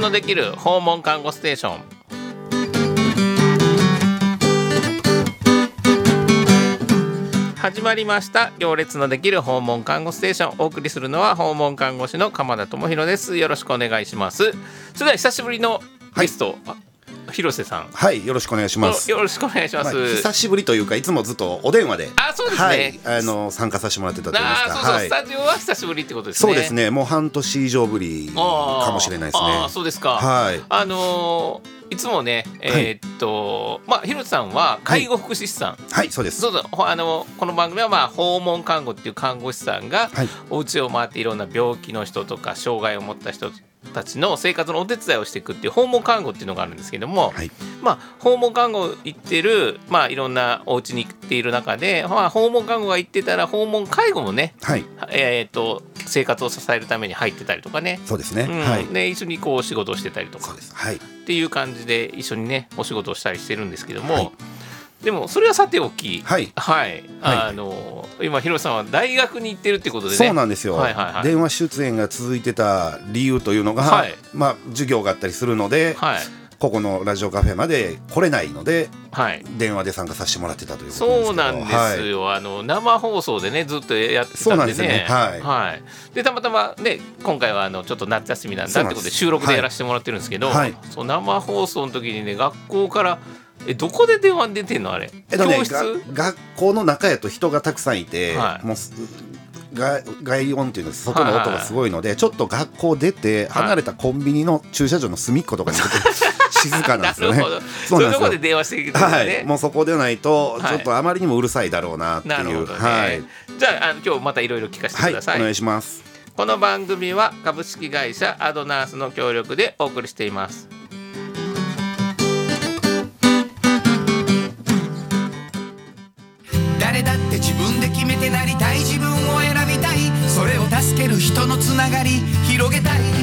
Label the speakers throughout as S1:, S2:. S1: のできる訪問看護ステーション始まりました行列のできる訪問看護ステーションお送りするのは訪問看護師の鎌田智博ですよろしくお願いしますそれでは久しぶりのゲスト、あ広瀬さん
S2: はい、よろしくお願いします。
S1: よろしくお願いしま
S2: まあ、
S1: す、
S2: 久しぶりというか、いつもずっとお電話で。
S1: あそうですね
S2: はい、あの、参加させてもらってたと言いま
S1: あ
S2: す
S1: あ
S2: か。
S1: そうそう、
S2: はい
S1: ス。タジオは久しぶりってことです
S2: そ
S1: ね
S2: うですね、もう半年以上ぶり
S1: あー
S2: かもしれないです
S1: あー
S2: ね。
S1: そうですか。
S2: はい
S1: あのーいつもね、えーっと、まあ、広瀬さんは介護福祉士さん。
S2: はい、そうです。
S1: そうそうほあのこの番組は、まあ、訪問看護っていう看護師さんが、
S2: はい
S1: お家を回っていろんな病気の人とか障害を持った人たちの生活のお手伝いをしていくっていう訪問看護っていうのがあるんですけども、
S2: はい
S1: まあ、訪問看護行ってる、まあ、いろんなお家に行っている中で、まあ、訪問看護が行ってたら訪問介護もね、
S2: はい、
S1: えーっと生活を支えるために入ってたりとかね、
S2: そうですね。
S1: うん
S2: はい。
S1: ね、一緒にこう仕事をしてたりと
S2: そ
S1: か
S2: うです。はい。
S1: っていう感じで一緒にねお仕事をしたりしてるんですけども、
S2: はい
S1: でもそれはさておき
S2: はい
S1: はい
S2: はい
S1: あの今ヒロさんは大学に行ってるってことでね
S2: そうなんですよ、
S1: はいはいはい
S2: 電話出演が続いてた理由というのが、
S1: はい
S2: まあ、授業があったりするので、
S1: はい
S2: ここのラジオカフェまで来れないので
S1: はい
S2: 電話で参加させてもらってたということ
S1: そうな
S2: なん
S1: ん
S2: です
S1: で
S2: けど
S1: すよ、あの生放送でねずっとやって
S2: そう
S1: た
S2: なんん
S1: で
S2: ですよ
S1: ね
S2: ねはい
S1: いでたまたまね今回はあのちょっと夏休みなんだ
S2: そう
S1: っ
S2: なん
S1: てこ
S2: です
S1: とで収録でやらせてもらってるんですけど、
S2: はい
S1: そう生放送の時にね学校からえどこで電話出てんのあれ、
S2: えっとね、
S1: 教室
S2: が学校の中やと人がたくさんいて、
S1: はい
S2: もうすが外音っていうの外の音がすごいので、ちょっと学校出て離れたコンビニの駐車場の隅っことかに行くと 静かなんですよ
S1: な
S2: ね
S1: るほど。
S2: そう
S1: そういうと
S2: なんです
S1: こ
S2: よ
S1: で電話してきてるん
S2: は
S1: だ
S2: い、
S1: ね。
S2: もうそこでないと
S1: はい
S2: ちょっとあまりにもうるさいだろうなって
S1: なる
S2: い
S1: ほ
S2: う、
S1: どね。
S2: はい、
S1: じゃああの今日またいろいろ聞かせて
S2: は
S1: く
S2: い、
S1: だ
S2: お
S1: さい,、
S2: 願いします。
S1: この番組は株式会社アドナースの協力でお送りしています。
S3: 誰だって自分で決めてなりたい自分を選びたいそれを助ける人のつながり広げたい一人一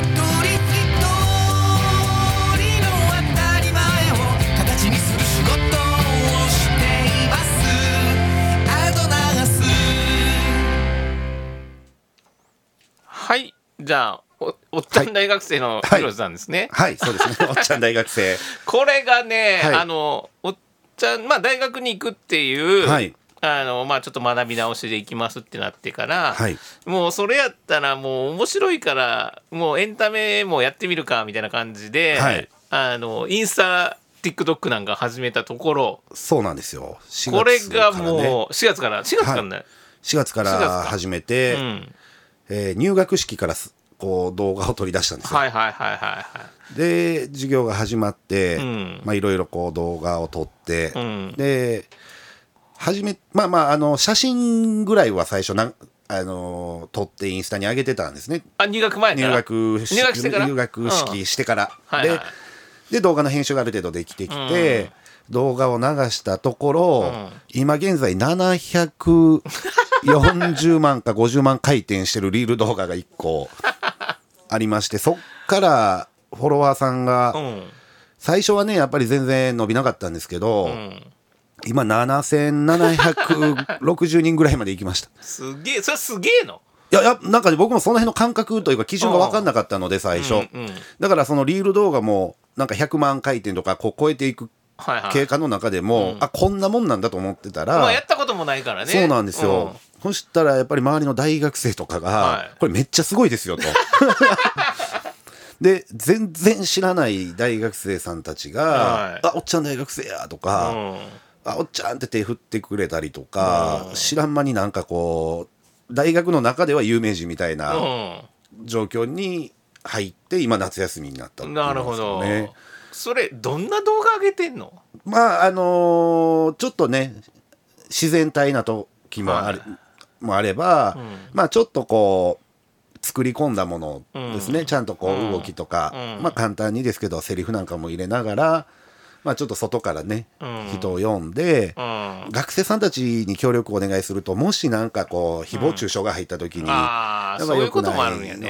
S3: 人の当たり前を形にする仕事をしていますアドナース
S1: はい。じゃあおおっちゃん大学生の
S2: はい
S1: ヒロさんですね、
S2: はい、そうです ね。おっちゃん大学生。
S1: これがね、
S2: はい
S1: あのおっちゃんまあ大学に行くっていう。
S2: はい
S1: あのまあ、ちょっと学び直しで行きますってなってから、
S2: はい
S1: もうそれやったらもう面白いからもうエンタメもやってみるかみたいな感じで、
S2: はい
S1: あのインスタ TikTok なんか始めたところ
S2: そうなんですよ。4月
S1: これが
S2: からね
S1: もう4月から4月からね、
S2: 4月か
S1: 4月から
S2: 始めて、
S1: うん、
S2: えー入学式からすこう動画を取り出したんですよ。
S1: はいはいはいは
S2: で授業が始まって、
S1: うん
S2: まあいろいろこう動画を撮って、
S1: いはい、うん、
S2: で初めまあまああの写真ぐらいは最初なんあの撮ってインスタに上げてたんですね
S1: あ入学前か
S2: 入
S1: ら
S2: 学
S1: 入学してから
S2: 入学式してから、
S1: うんはいはい
S2: でで動画の編集がある程度できてきて、動画を流したところ、
S1: うん
S2: 今現在740万か50万回転してるリール動画が1個 ありましてそっからフォロワーさん
S1: う
S2: が
S1: ん
S2: 最初はねやっぱり全然伸びなかったんですけど、
S1: うん、
S2: 今7760人ぐらいまで行きました。
S1: すげえそれすげえの
S2: いやいやなんかね僕もその辺の感覚というか基準が分かんなかったので最初、
S1: うんうん
S2: だからそのリール動画もなんか100万回転とかこう超えていく
S1: はいはい
S2: 経過の中でも、
S1: うん
S2: あこんなもんなんだと思ってたら、
S1: まあやったこともないからね
S2: そうなんですよ、そしたらやっぱり周りの大学生とかが、
S1: はい
S2: これめっちゃすごいですよと。 で全然知らない大学生さんたちが
S1: はい
S2: 「あおっちゃん大学生や」と
S1: う
S2: か、
S1: んうん
S2: あおっちゃんって手振ってくれたりとか、
S1: うん
S2: 知らん間になんかこう大学の中では有名人みたいうなん状況に入って今夏休みになったっていう
S1: なる
S2: こ
S1: ほ
S2: と
S1: ど、
S2: なんですよね
S1: それどんな動画上げてんの
S2: まああのーちょっとね自然体な時もある、
S1: は
S2: もあれば、
S1: うん
S2: まあちょっとこう作り込んだものですね、
S1: うん
S2: ちゃんとこ
S1: うん
S2: う動きとか、
S1: うん
S2: まあ簡単にですけどセリフなんかも入れながら、まあ、ちょっと外からね、
S1: うん
S2: 人を呼んで、
S1: うんあ
S2: 学生さんたちに協力をお願いするともしなんかこう誹謗中傷が入った時に、
S1: あー
S2: やっぱ
S1: そういう
S2: 良
S1: こ
S2: く
S1: と
S2: な
S1: もあるんやね
S2: で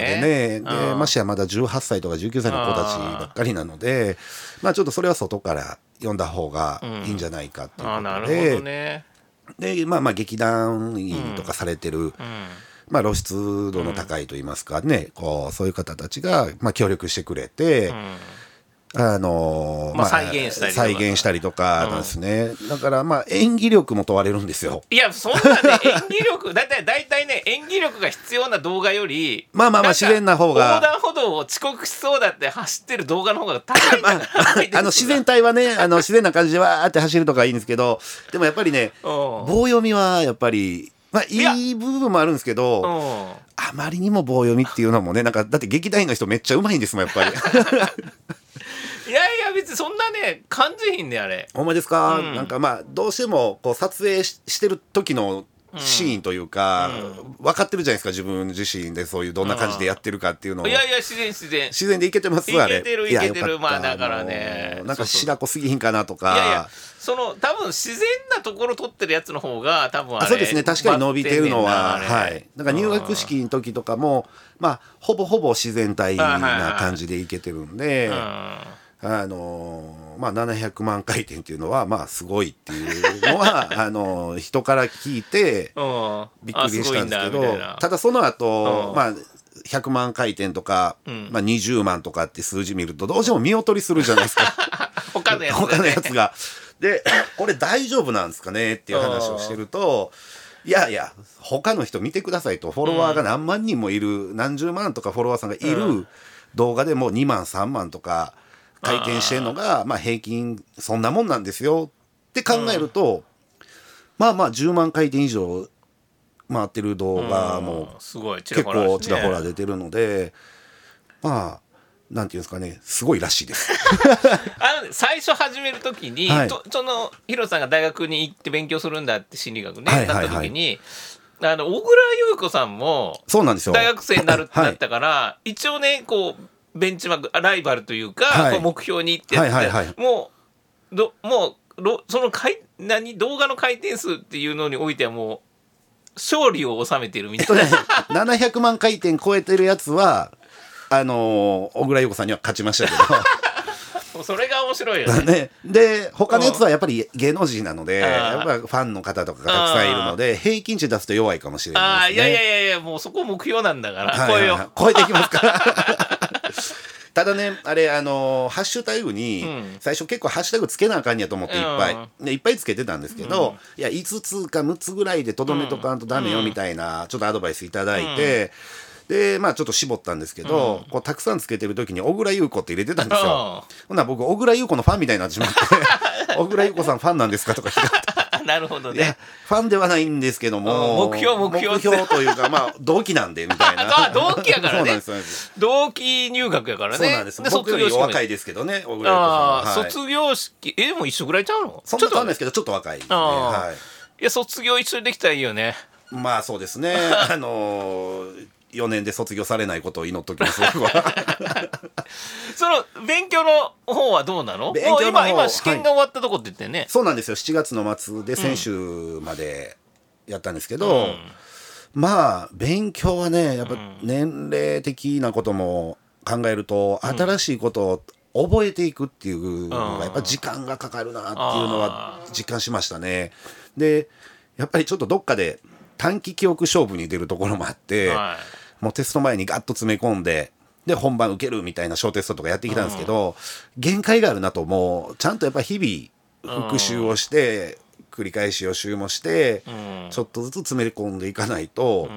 S2: ね
S1: う
S2: で
S1: ん
S2: ましてやまだ18歳とか19歳の子たちばっかりなのでまあちょっとそれは外から読んだ方がいいんじゃないかっていう
S1: あーなる
S2: こと
S1: ほ
S2: で,、
S1: どね
S2: でまあまあ劇団員とかされてる
S1: うん
S2: まあ、露出度の高いといいますかね、こうそういう方たちが、まあ、協力してくれて、あのー
S1: まあ再現したりとか
S2: 再現したりとかなんですね、だからまあ演技力も問われるんですよ。
S1: いやそんなね演技 力だいたいだいたいね演技力が必要な動画より
S2: まあまあま
S1: な
S2: あ
S1: んか
S2: 自然な方が
S1: 横断歩道を遅刻しそうだって走ってる動画の方が高いんだから
S2: あの自然体はね、あの自然な感じでわーって走るとかいいんですけど、でもやっぱりね、
S1: うん
S2: 棒読みはやっぱり、まあ
S1: や
S2: いい部分もあるんですけど、
S1: うん
S2: あまりにも棒読みっていうのもね、なんかだって劇団員の人めっちゃうまいんですもん、やっぱり。
S1: いやいや別にそんなね感じひんねあれ
S2: ほんまですか、
S1: うん
S2: なんかまあ、どうしてもこう撮影ししてる時のシーンというか、分かってるじゃないですか、自分自身でそういうどんな感じでやってるかっていうのを。
S1: いやいや自然自然
S2: 自然でいけてますあれ
S1: いけてる
S2: や
S1: いけてる
S2: よかった
S1: まあだからね
S2: あのなん
S1: そ
S2: か
S1: うそう
S2: 白子すぎひんかなとか
S1: いやいやその多分自然なところ撮ってるやつの方が多分あれ
S2: あそうですね確かに伸びてるのは、
S1: 待ってんねんなあ
S2: は
S1: れ
S2: い、なんか入学式の時とかも、まあ、ほぼほぼ自然体な感じでいけてるんで、
S1: うん
S2: あのーまあ、700万回転っていうのは、まあ、すごいっていうのはあのー人から聞いて
S1: うん
S2: びっくりしたんです
S1: あごい
S2: けど
S1: んだみたいな
S2: ただその後、
S1: うん
S2: まあ100万回転とか、
S1: ん
S2: まあ、20万とかって数字見るとどうしても見劣りするじゃないですか。
S1: 他のやつだね
S2: 他のやつが。で、これ大丈夫なんですかねっていう話をしてると、いやいや、他の人見てくださいと、フォロワーが何万人もいる、何十万とかフォロワーさんがいる動画でも2万、3万とか回転してるのが、まあ平均そんなもんなんですよって考えると、まあまあ10万回転以上回ってる動画も
S1: うんすごい
S2: 結構ちらほら
S1: で
S2: 出てるので、まあ、なんていうんですかね、すごいらしいです。
S1: あのね最初始めるときに、
S2: はい
S1: とそのヒロさんが大学に行って勉強するんだって心理学ね、
S2: はいは
S1: な
S2: いはい
S1: った時にあの小倉優子さんも
S2: そうなんです よ。
S1: 大学生になるって
S2: はい
S1: なったから、一応ねこうベンチマークあライバルというか、
S2: はい
S1: こう目標にってやって、
S2: はいはいはい
S1: もうどもうろその回何動画の回転数っていうのにおいてはもう勝利を収めてるみ
S2: えっと
S1: たい
S2: ね
S1: な。、
S2: 700万回転超えてるやつは、あのー小倉優子さんには勝ちました け
S1: もうそれが面白いよ
S2: ど、
S1: ね。
S2: ね、で、他のやつはやっぱり芸能人なので、
S1: あー
S2: やっぱファンの方とかがたくさんいるので、平均値出すと弱いかもしれ
S1: あ
S2: な
S1: あ
S2: い
S1: い
S2: で
S1: や
S2: す
S1: い
S2: ね。
S1: やいやいやもうそこ目標なんだから、
S2: はいはい
S1: こ
S2: は
S1: れ
S2: い超えていきますから。ただね、あれ、あのーハッシュタグに、
S1: うん
S2: 最初結構ハッシュタグつけなあかんやと思っていっぱい、でいっぱいつけてたんですけど、いや、5つか6つぐらいでとどめとかんとダメよみたいな、ちょっとアドバイスいただいて、で、まあちょっと絞ったんですけど、こうたくさんつけてる時に小倉優子って入れてたんですよ。ほんなら僕、小倉優子のファンみたいになってし まって、小倉優子さんファンなんですかとか聞かれて
S1: よなるほど
S2: いや
S1: ね。
S2: ファンではないんですけども、
S1: うん目標目標
S2: というか、まあ、同期なんで、みたいな。
S1: あ同期やからね
S2: そうなんです、そうなんです。
S1: 同期入学やからね。
S2: そうなんです。僕
S1: 卒業
S2: より
S1: 式ま
S2: 若
S1: で。
S2: いですけどね、小倉優子さんは
S1: ああ、
S2: はい
S1: 卒業式えでも一緒ぐらいちゃうの？
S2: そん
S1: ちょ
S2: な
S1: っ
S2: ことは
S1: と
S2: ないですけど、ちょっと若いですね。
S1: あー
S2: はい
S1: や卒業一緒にできたらいいよね。
S2: い。まあ、そうですね。あのー、4年で卒業されないことを祈っときます、僕は。
S1: その勉強の方はどうなの？
S2: 勉強の方
S1: もう今今試験が終わったとこって言ってね。
S2: そうなんですよ。7月の末で先週までやったんですけど、
S1: うん
S2: まあ勉強はねやっぱ年齢的なことも考えると、新しいことを覚えていくっていうのがやっぱ時間がかかるなっていうのは実感しましたね。でやっぱりちょっとどっかで短期記憶勝負に出るところもあって、
S1: は
S2: もうテスト前にガッと詰め込んで。で本番受けるみたいな小テストとかやってきたんですけど、限界があるなともうちゃんとやっぱ日々復習をして、繰り返し予習もして、
S1: い。うん。
S2: ちょっとずつ詰め込んでいかないと、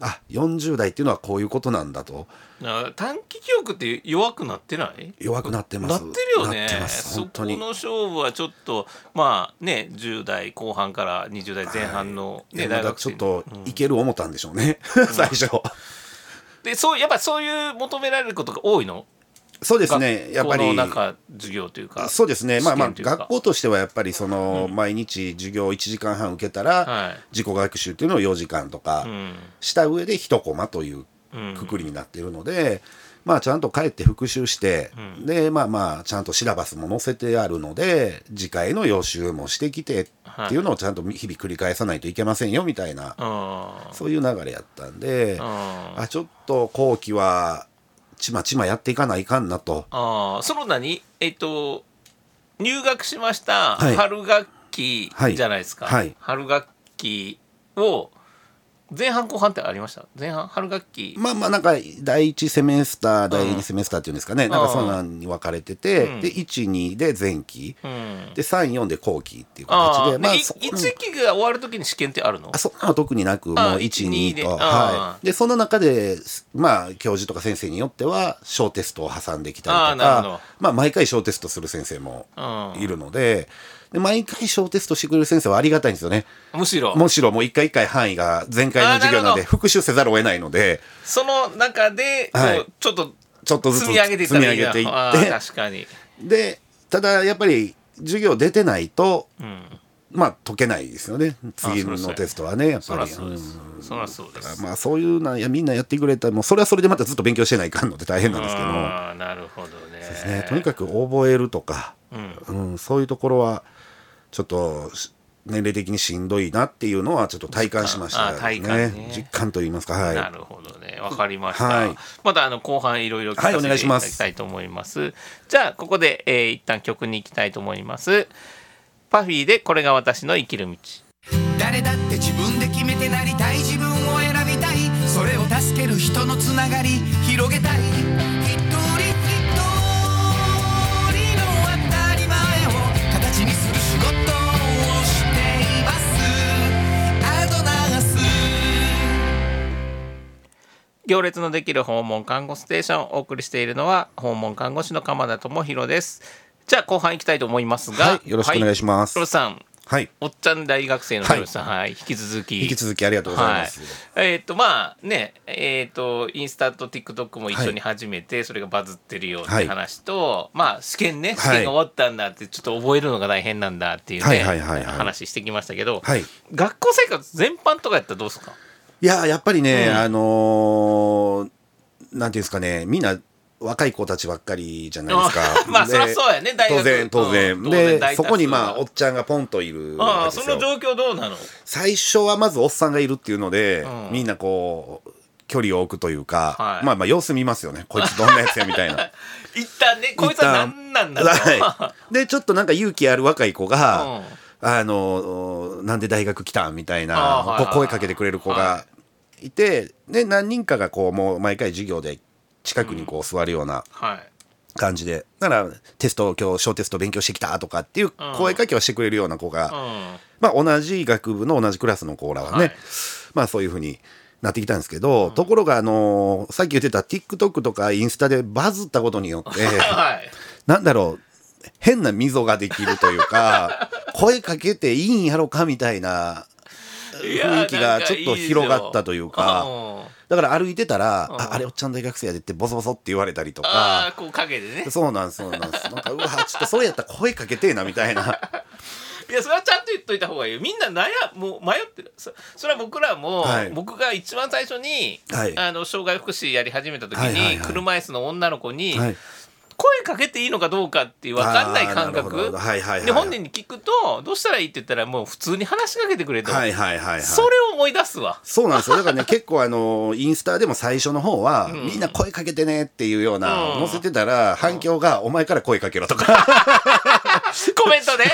S2: あ40代っていうのはこういうことなんだと
S1: な短期記憶って弱くなってない？
S2: 弱くなってま
S1: なっ
S2: す
S1: てるよね
S2: なってます
S1: そ
S2: 本
S1: こ
S2: 当に
S1: の勝負はちょっとまあね10代後半から20代前半の、ね
S2: ね、ま
S1: 大
S2: だ
S1: 学
S2: ち
S1: 生
S2: ょっといける思ったんでしょうね、 最初
S1: でそうやっぱそういう求められることが多いの
S2: そうですねやっぱり
S1: 学校の中授業というか
S2: そうですねまあまあ
S1: 試験というか
S2: 学校としてはやっぱりその、毎日授業1時間半受けたら、
S1: はい
S2: 自己学習っていうのを4時間とか
S1: ん
S2: した上で1コマという
S1: うん
S2: くくりになっているので、まあちゃんと帰って復習して、でまあまあちゃんとシラバスも載せてあるので次回の予習もしてきてっていうのをちゃんと日々繰り返さないといけませんよみたいな、
S1: あ
S2: そういう流れやったんで、
S1: あ
S2: あちょっと後期はちまちまやっていかないかんなと。
S1: あーその何えっと入学しました
S2: はい
S1: 春学期じゃないですか、
S2: はい
S1: 春学期を前半後半ってありました前半春学期
S2: まあまあなんか第1セメスター第
S1: うん
S2: 2セメスターっていうんですかね、なんかそんなんに分かれてて、
S1: うん
S2: で12で前期、
S1: うん
S2: で34で後期っていう
S1: あ
S2: 形
S1: あ
S2: で
S1: ま
S2: ま
S1: あ
S2: あ
S1: い
S2: そこ
S1: 一期が終わるときに試験ってあるの
S2: あそこは特になくもう
S1: あ
S2: 12
S1: 12で
S2: と
S1: あ
S2: はいでその中でまあ教授とか先生によっては小テストを挟んできた
S1: あー
S2: りと
S1: なるほど
S2: かまあ毎回小テストする先生も
S1: うん
S2: いるのでで毎回小テストしてくれる先生はありがたいんですよね
S1: むしろ
S2: むしろもう一回一回範囲が前回の授業なの
S1: あーなる
S2: で
S1: ほ
S2: 復習せざるを得ないので
S1: その中で、
S2: はい
S1: こうちょっと
S2: ちょっとずつ
S1: 積み上げていった
S2: 積み
S1: ら
S2: 上
S1: いいな
S2: げていっ
S1: あ
S2: て
S1: ー確かに、
S2: でただやっぱり授業出てないと
S1: うん、
S2: まあ解けないですよね次
S1: そりゃそう
S2: の
S1: や
S2: テストはねやっ
S1: そ
S2: ぱ
S1: ら
S2: り。
S1: そうです
S2: うん
S1: そらそうです
S2: まあそういうのはいやみんなやってくれたらもうそれはそれでまたずっと勉強してないかんので大変なんですけど、
S1: あーなるほどね
S2: ですね、とにかく覚えるとか、
S1: うん
S2: うん、そういうところはちょっとし年齢的にしんどいなっていうのはちょっと体感しました
S1: 実感あー体感ね
S2: 実感と言いますかはい
S1: なるほどね、わかりました。
S2: はい
S1: またあの後半いろいろ聞か
S2: はい
S1: せ
S2: お
S1: て
S2: 願い
S1: い
S2: した
S1: だ
S2: ます
S1: きたいと思います。じゃあここで、えー一旦曲に行きたいと思います。パフィーでこれが私の生きる道。
S3: 誰だって自分で決めてなりたい自分を選びたいそれを助ける人のつながり広げたい一人一人の当たり前を形にする仕事をしていますアドナース
S1: 行列のできる訪問看護ステーションをお送りしているのは訪問看護師の鎌田智博です。じゃあ後半行きたいと思いますが、
S2: はいよろしくお願いします
S1: はロルさん、
S2: はい
S1: おっちゃん大学生のロルさん、はい、引き続き。
S2: 引き続きありがとうございます、
S1: はい、えっ、とまあねえっ、とインスタと TikTok も一緒に始めて、それがバズってるよっていう話と、まあ試験ね
S2: い
S1: 試験が終わったんだってちょっと覚えるのが大変なんだっていうね、
S2: はいはいはいはい
S1: 話してきましたけど、
S2: はい
S1: 学校生活全般とかやったらどうですか
S2: いややっぱりね、
S1: うん
S2: あのーなんていうんですかねみんな若い子たちばっかりじゃないですか
S1: まあ
S2: で
S1: そりゃそうやね大学
S2: 当然当
S1: う
S2: 然
S1: ん当然大多数
S2: でそこにまあ
S1: が
S2: おっちゃんがポンといる
S1: あ
S2: わ
S1: あ
S2: け
S1: そ
S2: ですよ
S1: の状況どうなの
S2: 最初はまずおっさんがいるっていうので、
S1: うん
S2: みんなこう距離を置くというか、
S1: はい
S2: まあまあ様子見ますよねこいつどんなやつやみたいな。
S1: 一旦ね こいつは何なんだと、
S2: はい、でちょっとなんか勇気ある若い子
S1: うん
S2: が「あのなんで大学来たん?」みたい
S1: あーはい
S2: な
S1: はいはい
S2: こう声かけてくれる子が
S1: はい
S2: てで何人かがこうもう毎回授業で近くにこう座るような
S1: はい
S2: 感じで、ならテストを今日小テスト勉強してきたとかっていう声かけをしてくれるような子が、
S1: うん
S2: まあ、同じ学部の同じクラスの子らはね、
S1: はい
S2: まあそういうふうになってきたんですけど、ところが、あのーさっき言ってた TikTok とかインスタでバズったことによ って
S1: はい
S2: なんだろう変な溝ができるという か声かけていいんやろかみたいない
S1: や
S2: 雰囲気がちょっと広がったというかだから歩いてたら「ああれおっちゃん大学生やで」ってボソボソって言われたりと
S1: あ
S2: か
S1: あーこう影で ね
S2: そうなんですそうなんですなんかうわちょっとそれやったら声かけてえなみたいな。
S1: いやそれはちゃんと言っといた方がいいよみんな悩もう迷ってるそそれは僕らも、
S2: はい
S1: 僕が一番最初に、
S2: はい
S1: あの障害福祉やり始めた時
S2: はいはいは
S1: に
S2: い
S1: 車椅子の女の子に
S2: はい
S1: 声かけていいのかどうかって分かんない感
S2: あーなるほ
S1: 覚
S2: どはいはいはい
S1: で本人に聞くとどうしたらいいって言ったらもう普通に話しかけてくれと、
S2: はいはいはいはい。
S1: それを思い出すわ
S2: そうなんですよ。だからね、結構あの、インスタでも最初の方は、
S1: ん
S2: みんな声かけてねっていうような、
S1: うん
S2: 載せてたら、反響が、お前から声かけろとか、
S1: コメン トで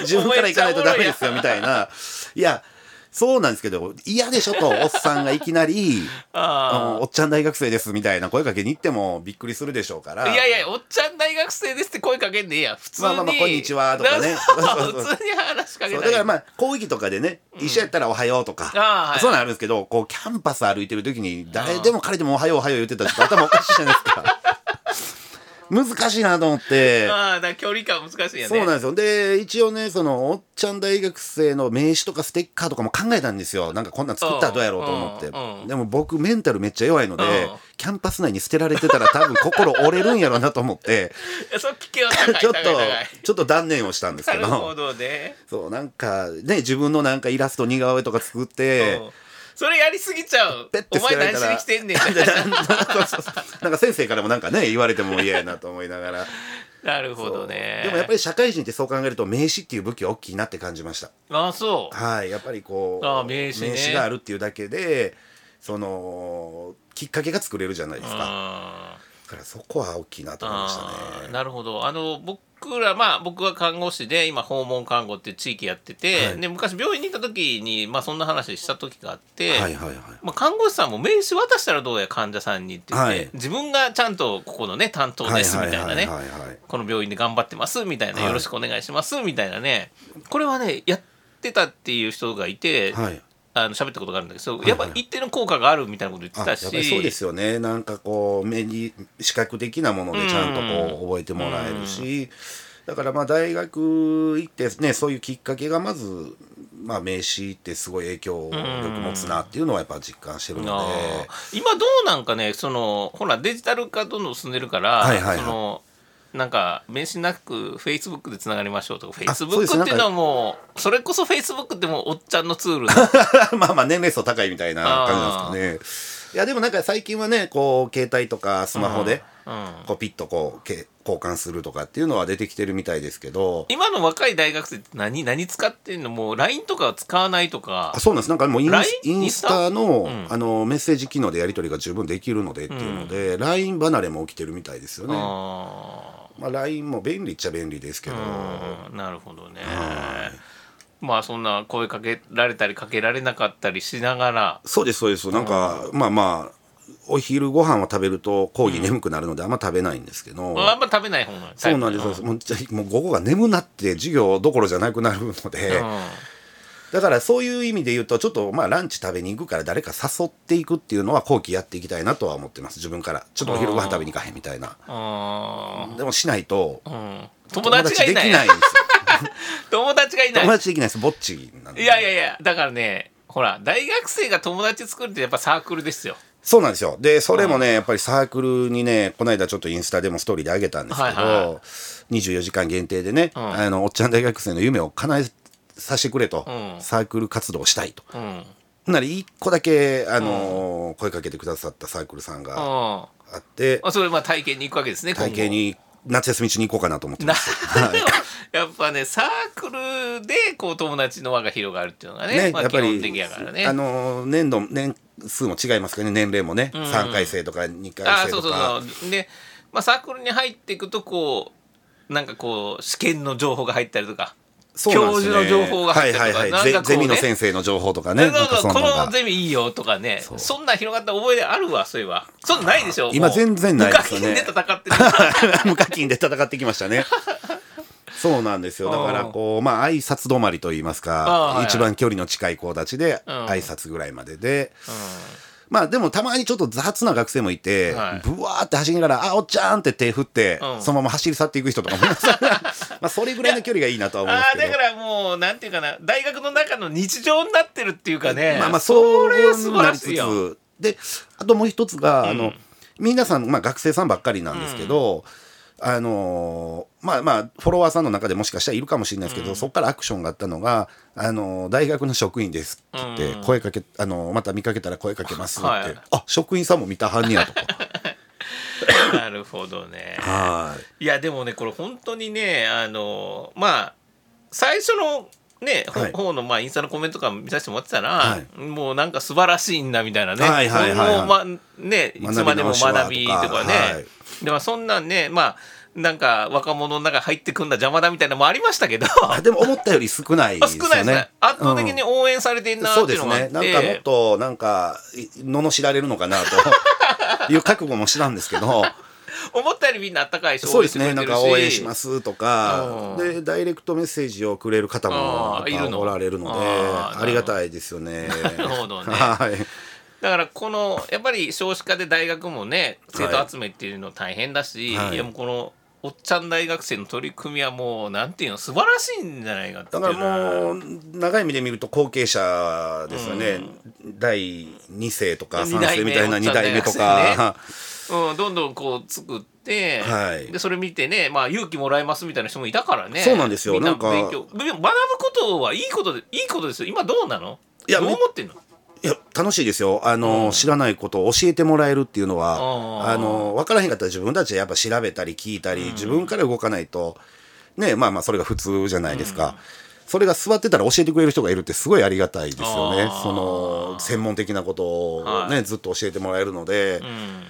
S2: 自分から行かないとダメですよ
S1: お
S2: み
S1: 前
S2: たいな。いや、そうなんですけど、嫌でしょと、おっさんがいきなり、あ
S1: あ
S2: のおっちゃん大学生ですみたいな声かけに行ってもびっくりするでしょうから。
S1: ーいやいやおっちゃん大学生ですって声かけんでいいや普通に、
S2: まあまあまあこんにちはとかね
S1: そう普通に話しかけ
S2: そう
S1: た
S2: だ
S1: い
S2: からまあ講義とかでね、一緒やったら「おはよう」とか
S1: あーはい
S2: そういうのあるんですけどこうキャンパス歩いてる時に誰でも彼でも「おはようおはよう」言ってたらちょっと頭おかしいじゃな いですか難しいなと思って
S1: あーだから距離感難しいよね
S2: そうなんですよで一応ねそのおっちゃん大学生の名刺とかステッカーとかも考えたんですよなんかこんなん作ったらどうやろうと思って、
S1: うんうん
S2: でも僕メンタルめっちゃ弱いので、
S1: うん
S2: キャンパス内に捨てられてたら多分心折れるんやろうなと思って
S1: いやそれ聞けよ 高い
S2: ちょっ
S1: 高
S2: と
S1: い高い
S2: ちょっと断念をしたんです
S1: な
S2: け
S1: る
S2: ど
S1: ほどね。
S2: そうなんかね自分のなんかイラスト似顔絵とか作って
S1: うんそれやりすぎちゃう
S2: ペッ。て
S1: お
S2: 捨て
S1: 前
S2: られ
S1: 何
S2: た
S1: し
S2: ら
S1: に来てんねん。
S2: なんか先生からもなんかね言われても嫌やなと思いながら
S1: なるほどね。
S2: でもやっぱり社会人ってそう考えると名刺っていう武器大きいなって感じました
S1: あそう。
S2: はいやっぱりこう
S1: あ名刺ね
S2: があるっていうだけでそのきっかけが作れるじゃないですかだ
S1: あ
S2: からそこは大きいなと思いました
S1: あー
S2: ね
S1: なるほどあの僕僕らまあ僕は看護師で今訪問看護っていう地域やってて、
S2: はい
S1: で昔病院に行った時に、まあ、そんな話した時があって、
S2: はいはいはい
S1: まあ、看護師さんも名刺渡したらどうや患者さんにって言って、
S2: はい
S1: 自分がちゃんとここのね担当
S2: は
S1: で
S2: い
S1: すみ
S2: はい
S1: たい
S2: は
S1: ないね
S2: はいはい
S1: この病院で頑張ってますみたいな、
S2: はい
S1: よろしくお願いしますみたいなねこれはねやってたっていう人がいて、
S2: はい
S1: あの喋ったことがあるんだけど、
S2: い
S1: やっぱ一定の効果があるみたいなこと言って
S2: あや
S1: た
S2: っ
S1: し
S2: ぱりそうですよねなんかこう目に視覚的なものでちゃんとこう覚えてもらえるしだからまあ大学行ってねそういうきっかけがまず、まあ、名刺ってすごい影響力持つなっていうのはやっぱ実感してるので
S1: あー今どうなんかねそのほらデジタル化どんどん進んでるから、
S2: はいはいはい
S1: そのなんか名刺なくフェイスブックでつながりましょうとかフェイ
S2: あ
S1: ス
S2: そ
S1: ブ
S2: う
S1: ッ
S2: です
S1: ク
S2: な
S1: っ
S2: ん
S1: て
S2: か
S1: いうのはもうそれこそフェイスブックってもうおっちゃんのツールだ
S2: まあまあ年齢層高いみたいな感じなんですかねいやでもなんか最近はねこう携帯とかスマホで
S1: うん
S2: こうピッとこうけ交換するとかっていうのは出てきてるみたいですけど
S1: 今の若い大学生って何何使ってんのもう LINE とかは使わないとか
S2: あそうなんですなんかもうイン
S1: LINE？
S2: インスタの,、
S1: インスタ
S2: あのメッセージ機能でやり取りが十分できるのでっていうので、LINE 離れも起きてるみたいですよね、
S1: あ
S2: まあ、LINE も便利っちゃ便利ですけど、
S1: ーうんなるほどね
S2: は
S1: まあそんな声かけられたりかけられなかったりしながら
S2: そうですそうですなんか、まあまあお昼ご飯を食べると講義眠くなるのであんま食べないんですけど、
S1: あんま食べない方が
S2: そうなんです、もうじゃもう午後が眠なって授業どころじゃなくなるので、
S1: うん
S2: だからそういう意味で言うとちょっとまあランチ食べに行くから誰か誘っていくっていうのは後期やっていきたいなとは思ってます自分からちょっとお昼ご飯食べに行かへんみたいな
S1: あ
S2: でもしないと
S1: ーうん友達がいない
S2: 友達できないんですよ
S1: 友達がいない
S2: 友達で きないですぼっちなんで
S1: いやいやいやだからねほら大学生が友達作るってやっぱサークルですよ
S2: そうなんですよでそれもねやっぱりサークルにねこの間ちょっとインスタでもストーリーであげたんですけど、
S1: はいはいは
S2: 24時間限定でね、
S1: うん
S2: あのおっちゃん大学生の夢を叶えさせてくれと、
S1: うん
S2: サークル活動をしたいと
S1: うんうん
S2: ほんなら1個だけ、あのー声かけてくださったサークルさんが
S1: あ
S2: あって、
S1: それまあ体験に行くわけですね今後
S2: 体験に夏休み中に行こうかなと思って
S1: な
S2: ます。
S1: でもやっぱねサークルでこう友達の輪が広がるっていうのがね
S2: ね、
S1: まあ、
S2: やっ
S1: 基
S2: ぱ
S1: 本
S2: り、
S1: 的やからね
S2: あのー年度年数も違いますからね年齢もね、三3回生とか2
S1: あ
S2: 回
S1: ー
S2: 生
S1: そうそ
S2: と
S1: う
S2: か
S1: そうで、まあ、サークルに入っていくとこうなんかこう試験の情報が入ったりとか
S2: なんですよね
S1: 教授の情報が入ってるとか
S2: はいはいはい
S1: なんかこうね
S2: ゼゼミの先生の情報とか
S1: そ
S2: ね
S1: うそうそう
S2: なんかそんな
S1: こ
S2: の
S1: の
S2: が
S1: ゼミいいよとかねそ
S2: うん
S1: な広がった覚えであるわそういえばそんなないでしょ
S2: 今
S1: もう
S2: 全然ないですよね
S1: 無課金で戦ってる
S2: 無課金で戦ってき ましたねそうなんですよだからこうまあ挨拶止まりといいます
S1: あーはい
S2: か一番距離の近い子たちで
S1: うん
S2: 挨拶ぐらいまでで、まあでもたまにちょっと雑な学生もいて、
S1: はい
S2: ぶわーって走りながら「あおっちゃん!」って手振って、
S1: うん
S2: そのまま走り去っていく人とかもいます まあそれぐらいの距離がいいなとは思いま
S1: あ あ
S2: すけ
S1: だ
S2: ど
S1: からもうなんていうかな大学の中の日常になってるっていうかね
S2: まあまあ
S1: そ
S2: そう
S1: れは素晴
S2: な
S1: ら
S2: り
S1: し
S2: つ
S1: いよ
S2: つであともう一つが、あの皆さん、まあ、学生さんばっかりなんですけど、あのーまあまあフォロワーさんの中でもしかしたらいるかもしれないですけど、そこからアクションがあったのが、あのー大学の職員ですって言って声かけ、あのーまた見かけたら声かけますって、
S1: はい
S2: あ職員さんも見たはんねやとか
S1: なるほどね
S2: はい
S1: いやでもねこれ本当にねあのまあ最初のね、ほ
S2: はい
S1: 方のまあインスタのコメントとか見させてもらってたら、
S2: は
S1: もうなんか素晴らしいんだみたいなね、
S2: はいはいはいはい
S1: もうまあねいつまでも学びと
S2: 学び直しはと
S1: か
S2: か
S1: ね、
S2: はい
S1: でもそんなんねまあなんか若者の中入ってくんだ邪魔だみたいなのもありましたけど
S2: あでも思ったより少ないです
S1: 少
S2: よ
S1: な
S2: ね。
S1: いですね圧倒的
S2: うん
S1: に応援されてんなって
S2: そう
S1: い
S2: で
S1: う
S2: す
S1: のがあって、
S2: ね。なんかもっと、なんか、い罵られるのかな という覚悟もしたんですけど、
S1: 思ったよりみんなあったかいし
S2: そうですね、なんか応援しますすとか、
S1: うん
S2: で、ダイレクトメッセージをくれる方も
S1: あーい
S2: や
S1: る
S2: っぱ
S1: の
S2: おられるので、
S1: あー
S2: ありがたいですよね。な
S1: るほどね
S2: はい。
S1: だからこのやっぱり少子化で大学もね生徒集めっていうの大変だし、
S2: はい
S1: い、やもうこのおっちゃん大学生の取り組みはもうなんていうの素晴らしいんじゃないかってい
S2: だ
S1: う
S2: から
S1: う
S2: もう、長い目で見ると後継者ですよね。第2世とか3世みたいな
S1: 二
S2: 2
S1: 代
S2: 代
S1: 目
S2: 目とか。
S1: うん、どんどんこう作って、
S2: はい
S1: でそれ見てね、まあ、勇気もらえますみたいな人もいたからね
S2: そうなんですよ
S1: みな
S2: なんか
S1: 勉強でも学ぶことはいいことでいいことですよ今どうなの
S2: いや
S1: どう
S2: め
S1: 思ってんの
S2: いや楽しいですよあの、知らないことを教えてもらえるっていうの
S1: あ
S2: は
S1: ー
S2: あの分からへんかったら自分たちでやっぱ調べたり聞いたり、自分から動かないとねまあまあそれが普通じゃないですか、それが座ってたら教えてくれる人がいるってすごいありがたいですよね
S1: あー
S2: その専門的なことをね、
S1: は
S2: ずっと教えてもらえるので
S1: う、ん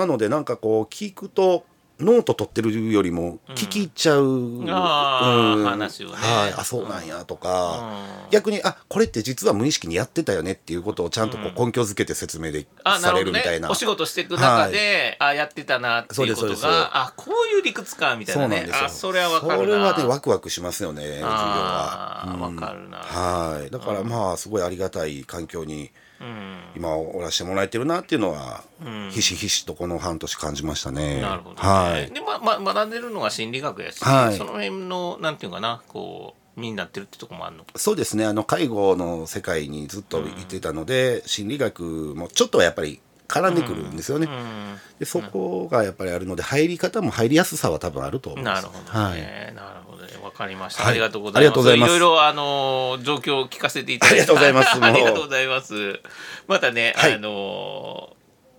S2: なのでなんかこう聞くとノート取ってるよりも聞き入っちゃう、うん
S1: あー話をね
S2: はいあそうなんやとか、
S1: うん
S2: 逆にあこれって実は無意識にやってたよねっていうことをちゃんとこう根拠づけて説明で
S1: あな
S2: さ
S1: る
S2: れ
S1: ほど
S2: るみ
S1: ね
S2: たいな、
S1: お仕事していく中で、あやってたなっていうこ
S2: そ
S1: と
S2: うですそうです
S1: があこういう理屈かみたい
S2: そうな
S1: なんね
S2: ですよ
S1: あそれはわかるな
S2: それはねワクワクしますよね授業は
S1: あーわかるな
S2: はいだからまあすごいありがたい環境に
S1: うん
S2: 今おらしてもらえてるなっていうのは、
S1: ん
S2: ひしひしとこの半年感じましたね。
S1: なるほど、ね
S2: はい
S1: で、まあまあ、学んでるのは心理学やし、
S2: はい
S1: その辺のなんていうかなこう身になってるってとこもあるのか
S2: そうですねあの介護の世界にずっといてたので、心理学もちょっとはやっぱり絡んでくるんですよね、
S1: う
S2: でそこがやっぱりあるので入り方も入りやすさは多分あると思い
S1: ん
S2: ま
S1: な
S2: す
S1: るほどね、
S2: はい、
S1: なるほどねわかりました、
S2: はい
S1: ありがとうございます
S2: ありがとうございます
S1: ろいろあのー状況を聞かせていただいて
S2: ありがとうございますもう
S1: ありがとうございますまたね、
S2: はい
S1: あのー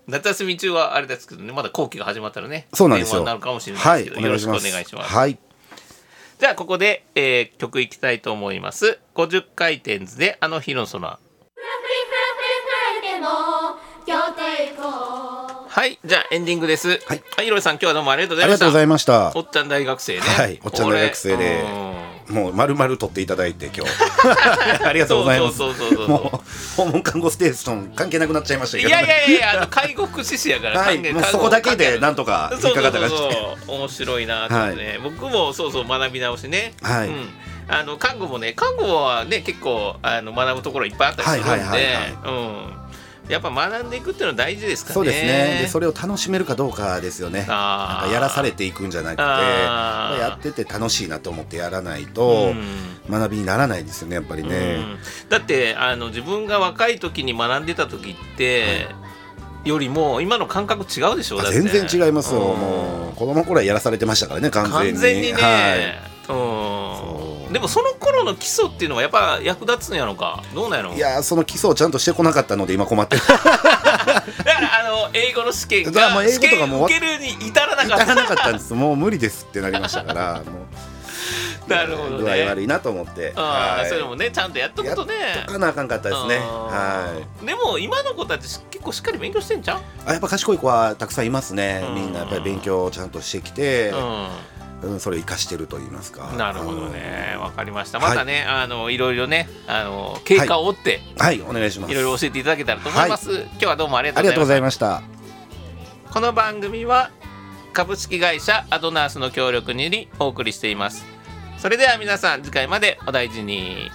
S1: 夏休み中はあれですけどねまだ後期が始まったらね
S2: そうなんです
S1: 電話
S2: よ
S1: になるかもしれな
S2: はいい
S1: ですけど、よ
S2: お願
S1: ろ
S2: い
S1: し
S2: し
S1: くお
S2: ま
S1: 願
S2: す
S1: いします、
S2: はい
S1: じゃあここで、えー曲いきたいと思います50回転図であの日の空
S4: でも今日で行こう
S1: はい、じゃあエンディングです。は
S2: はいい、
S1: いろいさん、今日はどうもありがとうご
S2: あ
S1: ざい
S2: り
S1: ま
S2: が
S1: した。
S2: とうご
S1: おっちゃ
S2: ざいました
S1: ん大学生ね。
S2: はいおっちゃん大学生で
S1: これ
S2: もう丸々取っていただいて 今日ありがとうございます
S1: そうそうそうそうそう
S2: もう訪問看護ステーション関係なくなっちゃいました
S1: うん
S2: け
S1: い
S2: ど
S1: やいやいやいや、あの介護福祉士やから、
S2: はい
S1: 関係
S2: もう
S1: 看
S2: そ
S1: 護
S2: こだけでなんとか
S1: そ
S2: 引
S1: うそ
S2: っか
S1: う
S2: かった
S1: そう
S2: 感じで
S1: そう、面白いなと思ってね、僕もそうそう学び直しね。
S2: はい
S1: うんあの看護もね、看護はね、結構あの学ぶところいっぱいあったりするんで、
S2: はいはいはい
S1: うん。やっぱ学んでいくっていうのは大事ですからね。
S2: そうですねでそれを楽しめるかどうかですよね
S1: あー
S2: なんかやらされていくんじゃなくて
S1: あー
S2: やってて楽しいなと思ってやらないと、
S1: うん
S2: 学びにならないですよねやっぱりね、
S1: うんだってあの自分が若い時に学んでた時って、よりも今の感覚違うでしょ
S2: あ
S1: だって
S2: 全然違いますよ、
S1: うん
S2: もう子供の頃はやらされてましたからね完全に
S1: 完全にね、
S2: はい
S1: うん
S2: そう
S1: でもその頃の基礎っていうのはやっぱ役立つんやろかどうなんやろ
S2: いやーその基礎をちゃんとしてこなかったので今 困ってる
S1: だからあの英語の試験
S2: だか
S1: が
S2: らもう英
S1: 試
S2: 語とか
S1: 験
S2: も
S1: 受けるに至らなか
S2: 至
S1: っ
S2: らなかったんですもう無理ですってなりまし たからも
S1: たなるほど
S2: う具合
S1: ね
S2: 悪いなと思って
S1: あ
S2: は
S1: あ
S2: い
S1: それもねちゃんとやっとく
S2: やっ
S1: とね
S2: とかなあかんかったですね
S1: うん
S2: はい
S1: でも今の子たち結構しっかり勉強してんじゃん、
S2: あやっぱ賢い子はたくさんいますね、
S1: うん
S2: みんなやっぱり勉強をちゃんとしてきて、
S1: うん
S2: うんそれを生かしてると言いますか
S1: なるほどね、わかりました。
S2: はい
S1: またね、あのいろいろね、あの経過を追って、
S2: うんはいお願いしま
S1: い、
S2: す
S1: ろいろ教えていただけたらと思います。今日はどうもありがとう
S2: あり
S1: ご
S2: が
S1: ざい
S2: とう
S1: ま
S2: ご
S1: した。
S2: ざいました
S1: この番組は株式会社アドナースの協力によりお送りしています。それでは皆さん次回までお大事に。